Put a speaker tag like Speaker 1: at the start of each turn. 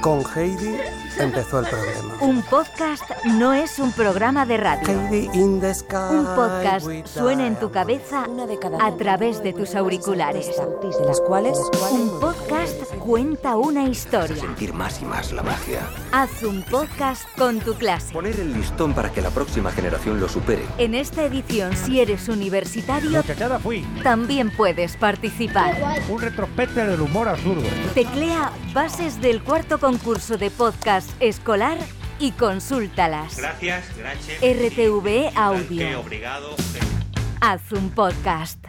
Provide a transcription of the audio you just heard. Speaker 1: Con Heidi empezó el problema.
Speaker 2: Un podcast no es un programa de radio.
Speaker 1: Heidi in the sky.
Speaker 2: Un podcast
Speaker 1: with
Speaker 2: suena en tu
Speaker 1: diamonds.
Speaker 2: cabeza
Speaker 3: Una de cada
Speaker 2: a través de tus auriculares.
Speaker 3: de las cuales
Speaker 2: Un podcast cuenta una historia.
Speaker 4: sentir más y más la magia.
Speaker 2: Haz un podcast con tu clase.
Speaker 4: Poner el listón para que la próxima generación lo supere.
Speaker 2: En esta edición, si eres universitario,
Speaker 5: Muchachada fui,
Speaker 2: también puedes participar.
Speaker 5: un retrospecto del humor absurdo.
Speaker 2: Teclea bases del cuarto concurso de podcast escolar y consúltalas.
Speaker 6: Gracias, gracias.
Speaker 2: RTVE
Speaker 6: Qué
Speaker 2: Audio.
Speaker 6: Obrigado.
Speaker 2: Haz un podcast.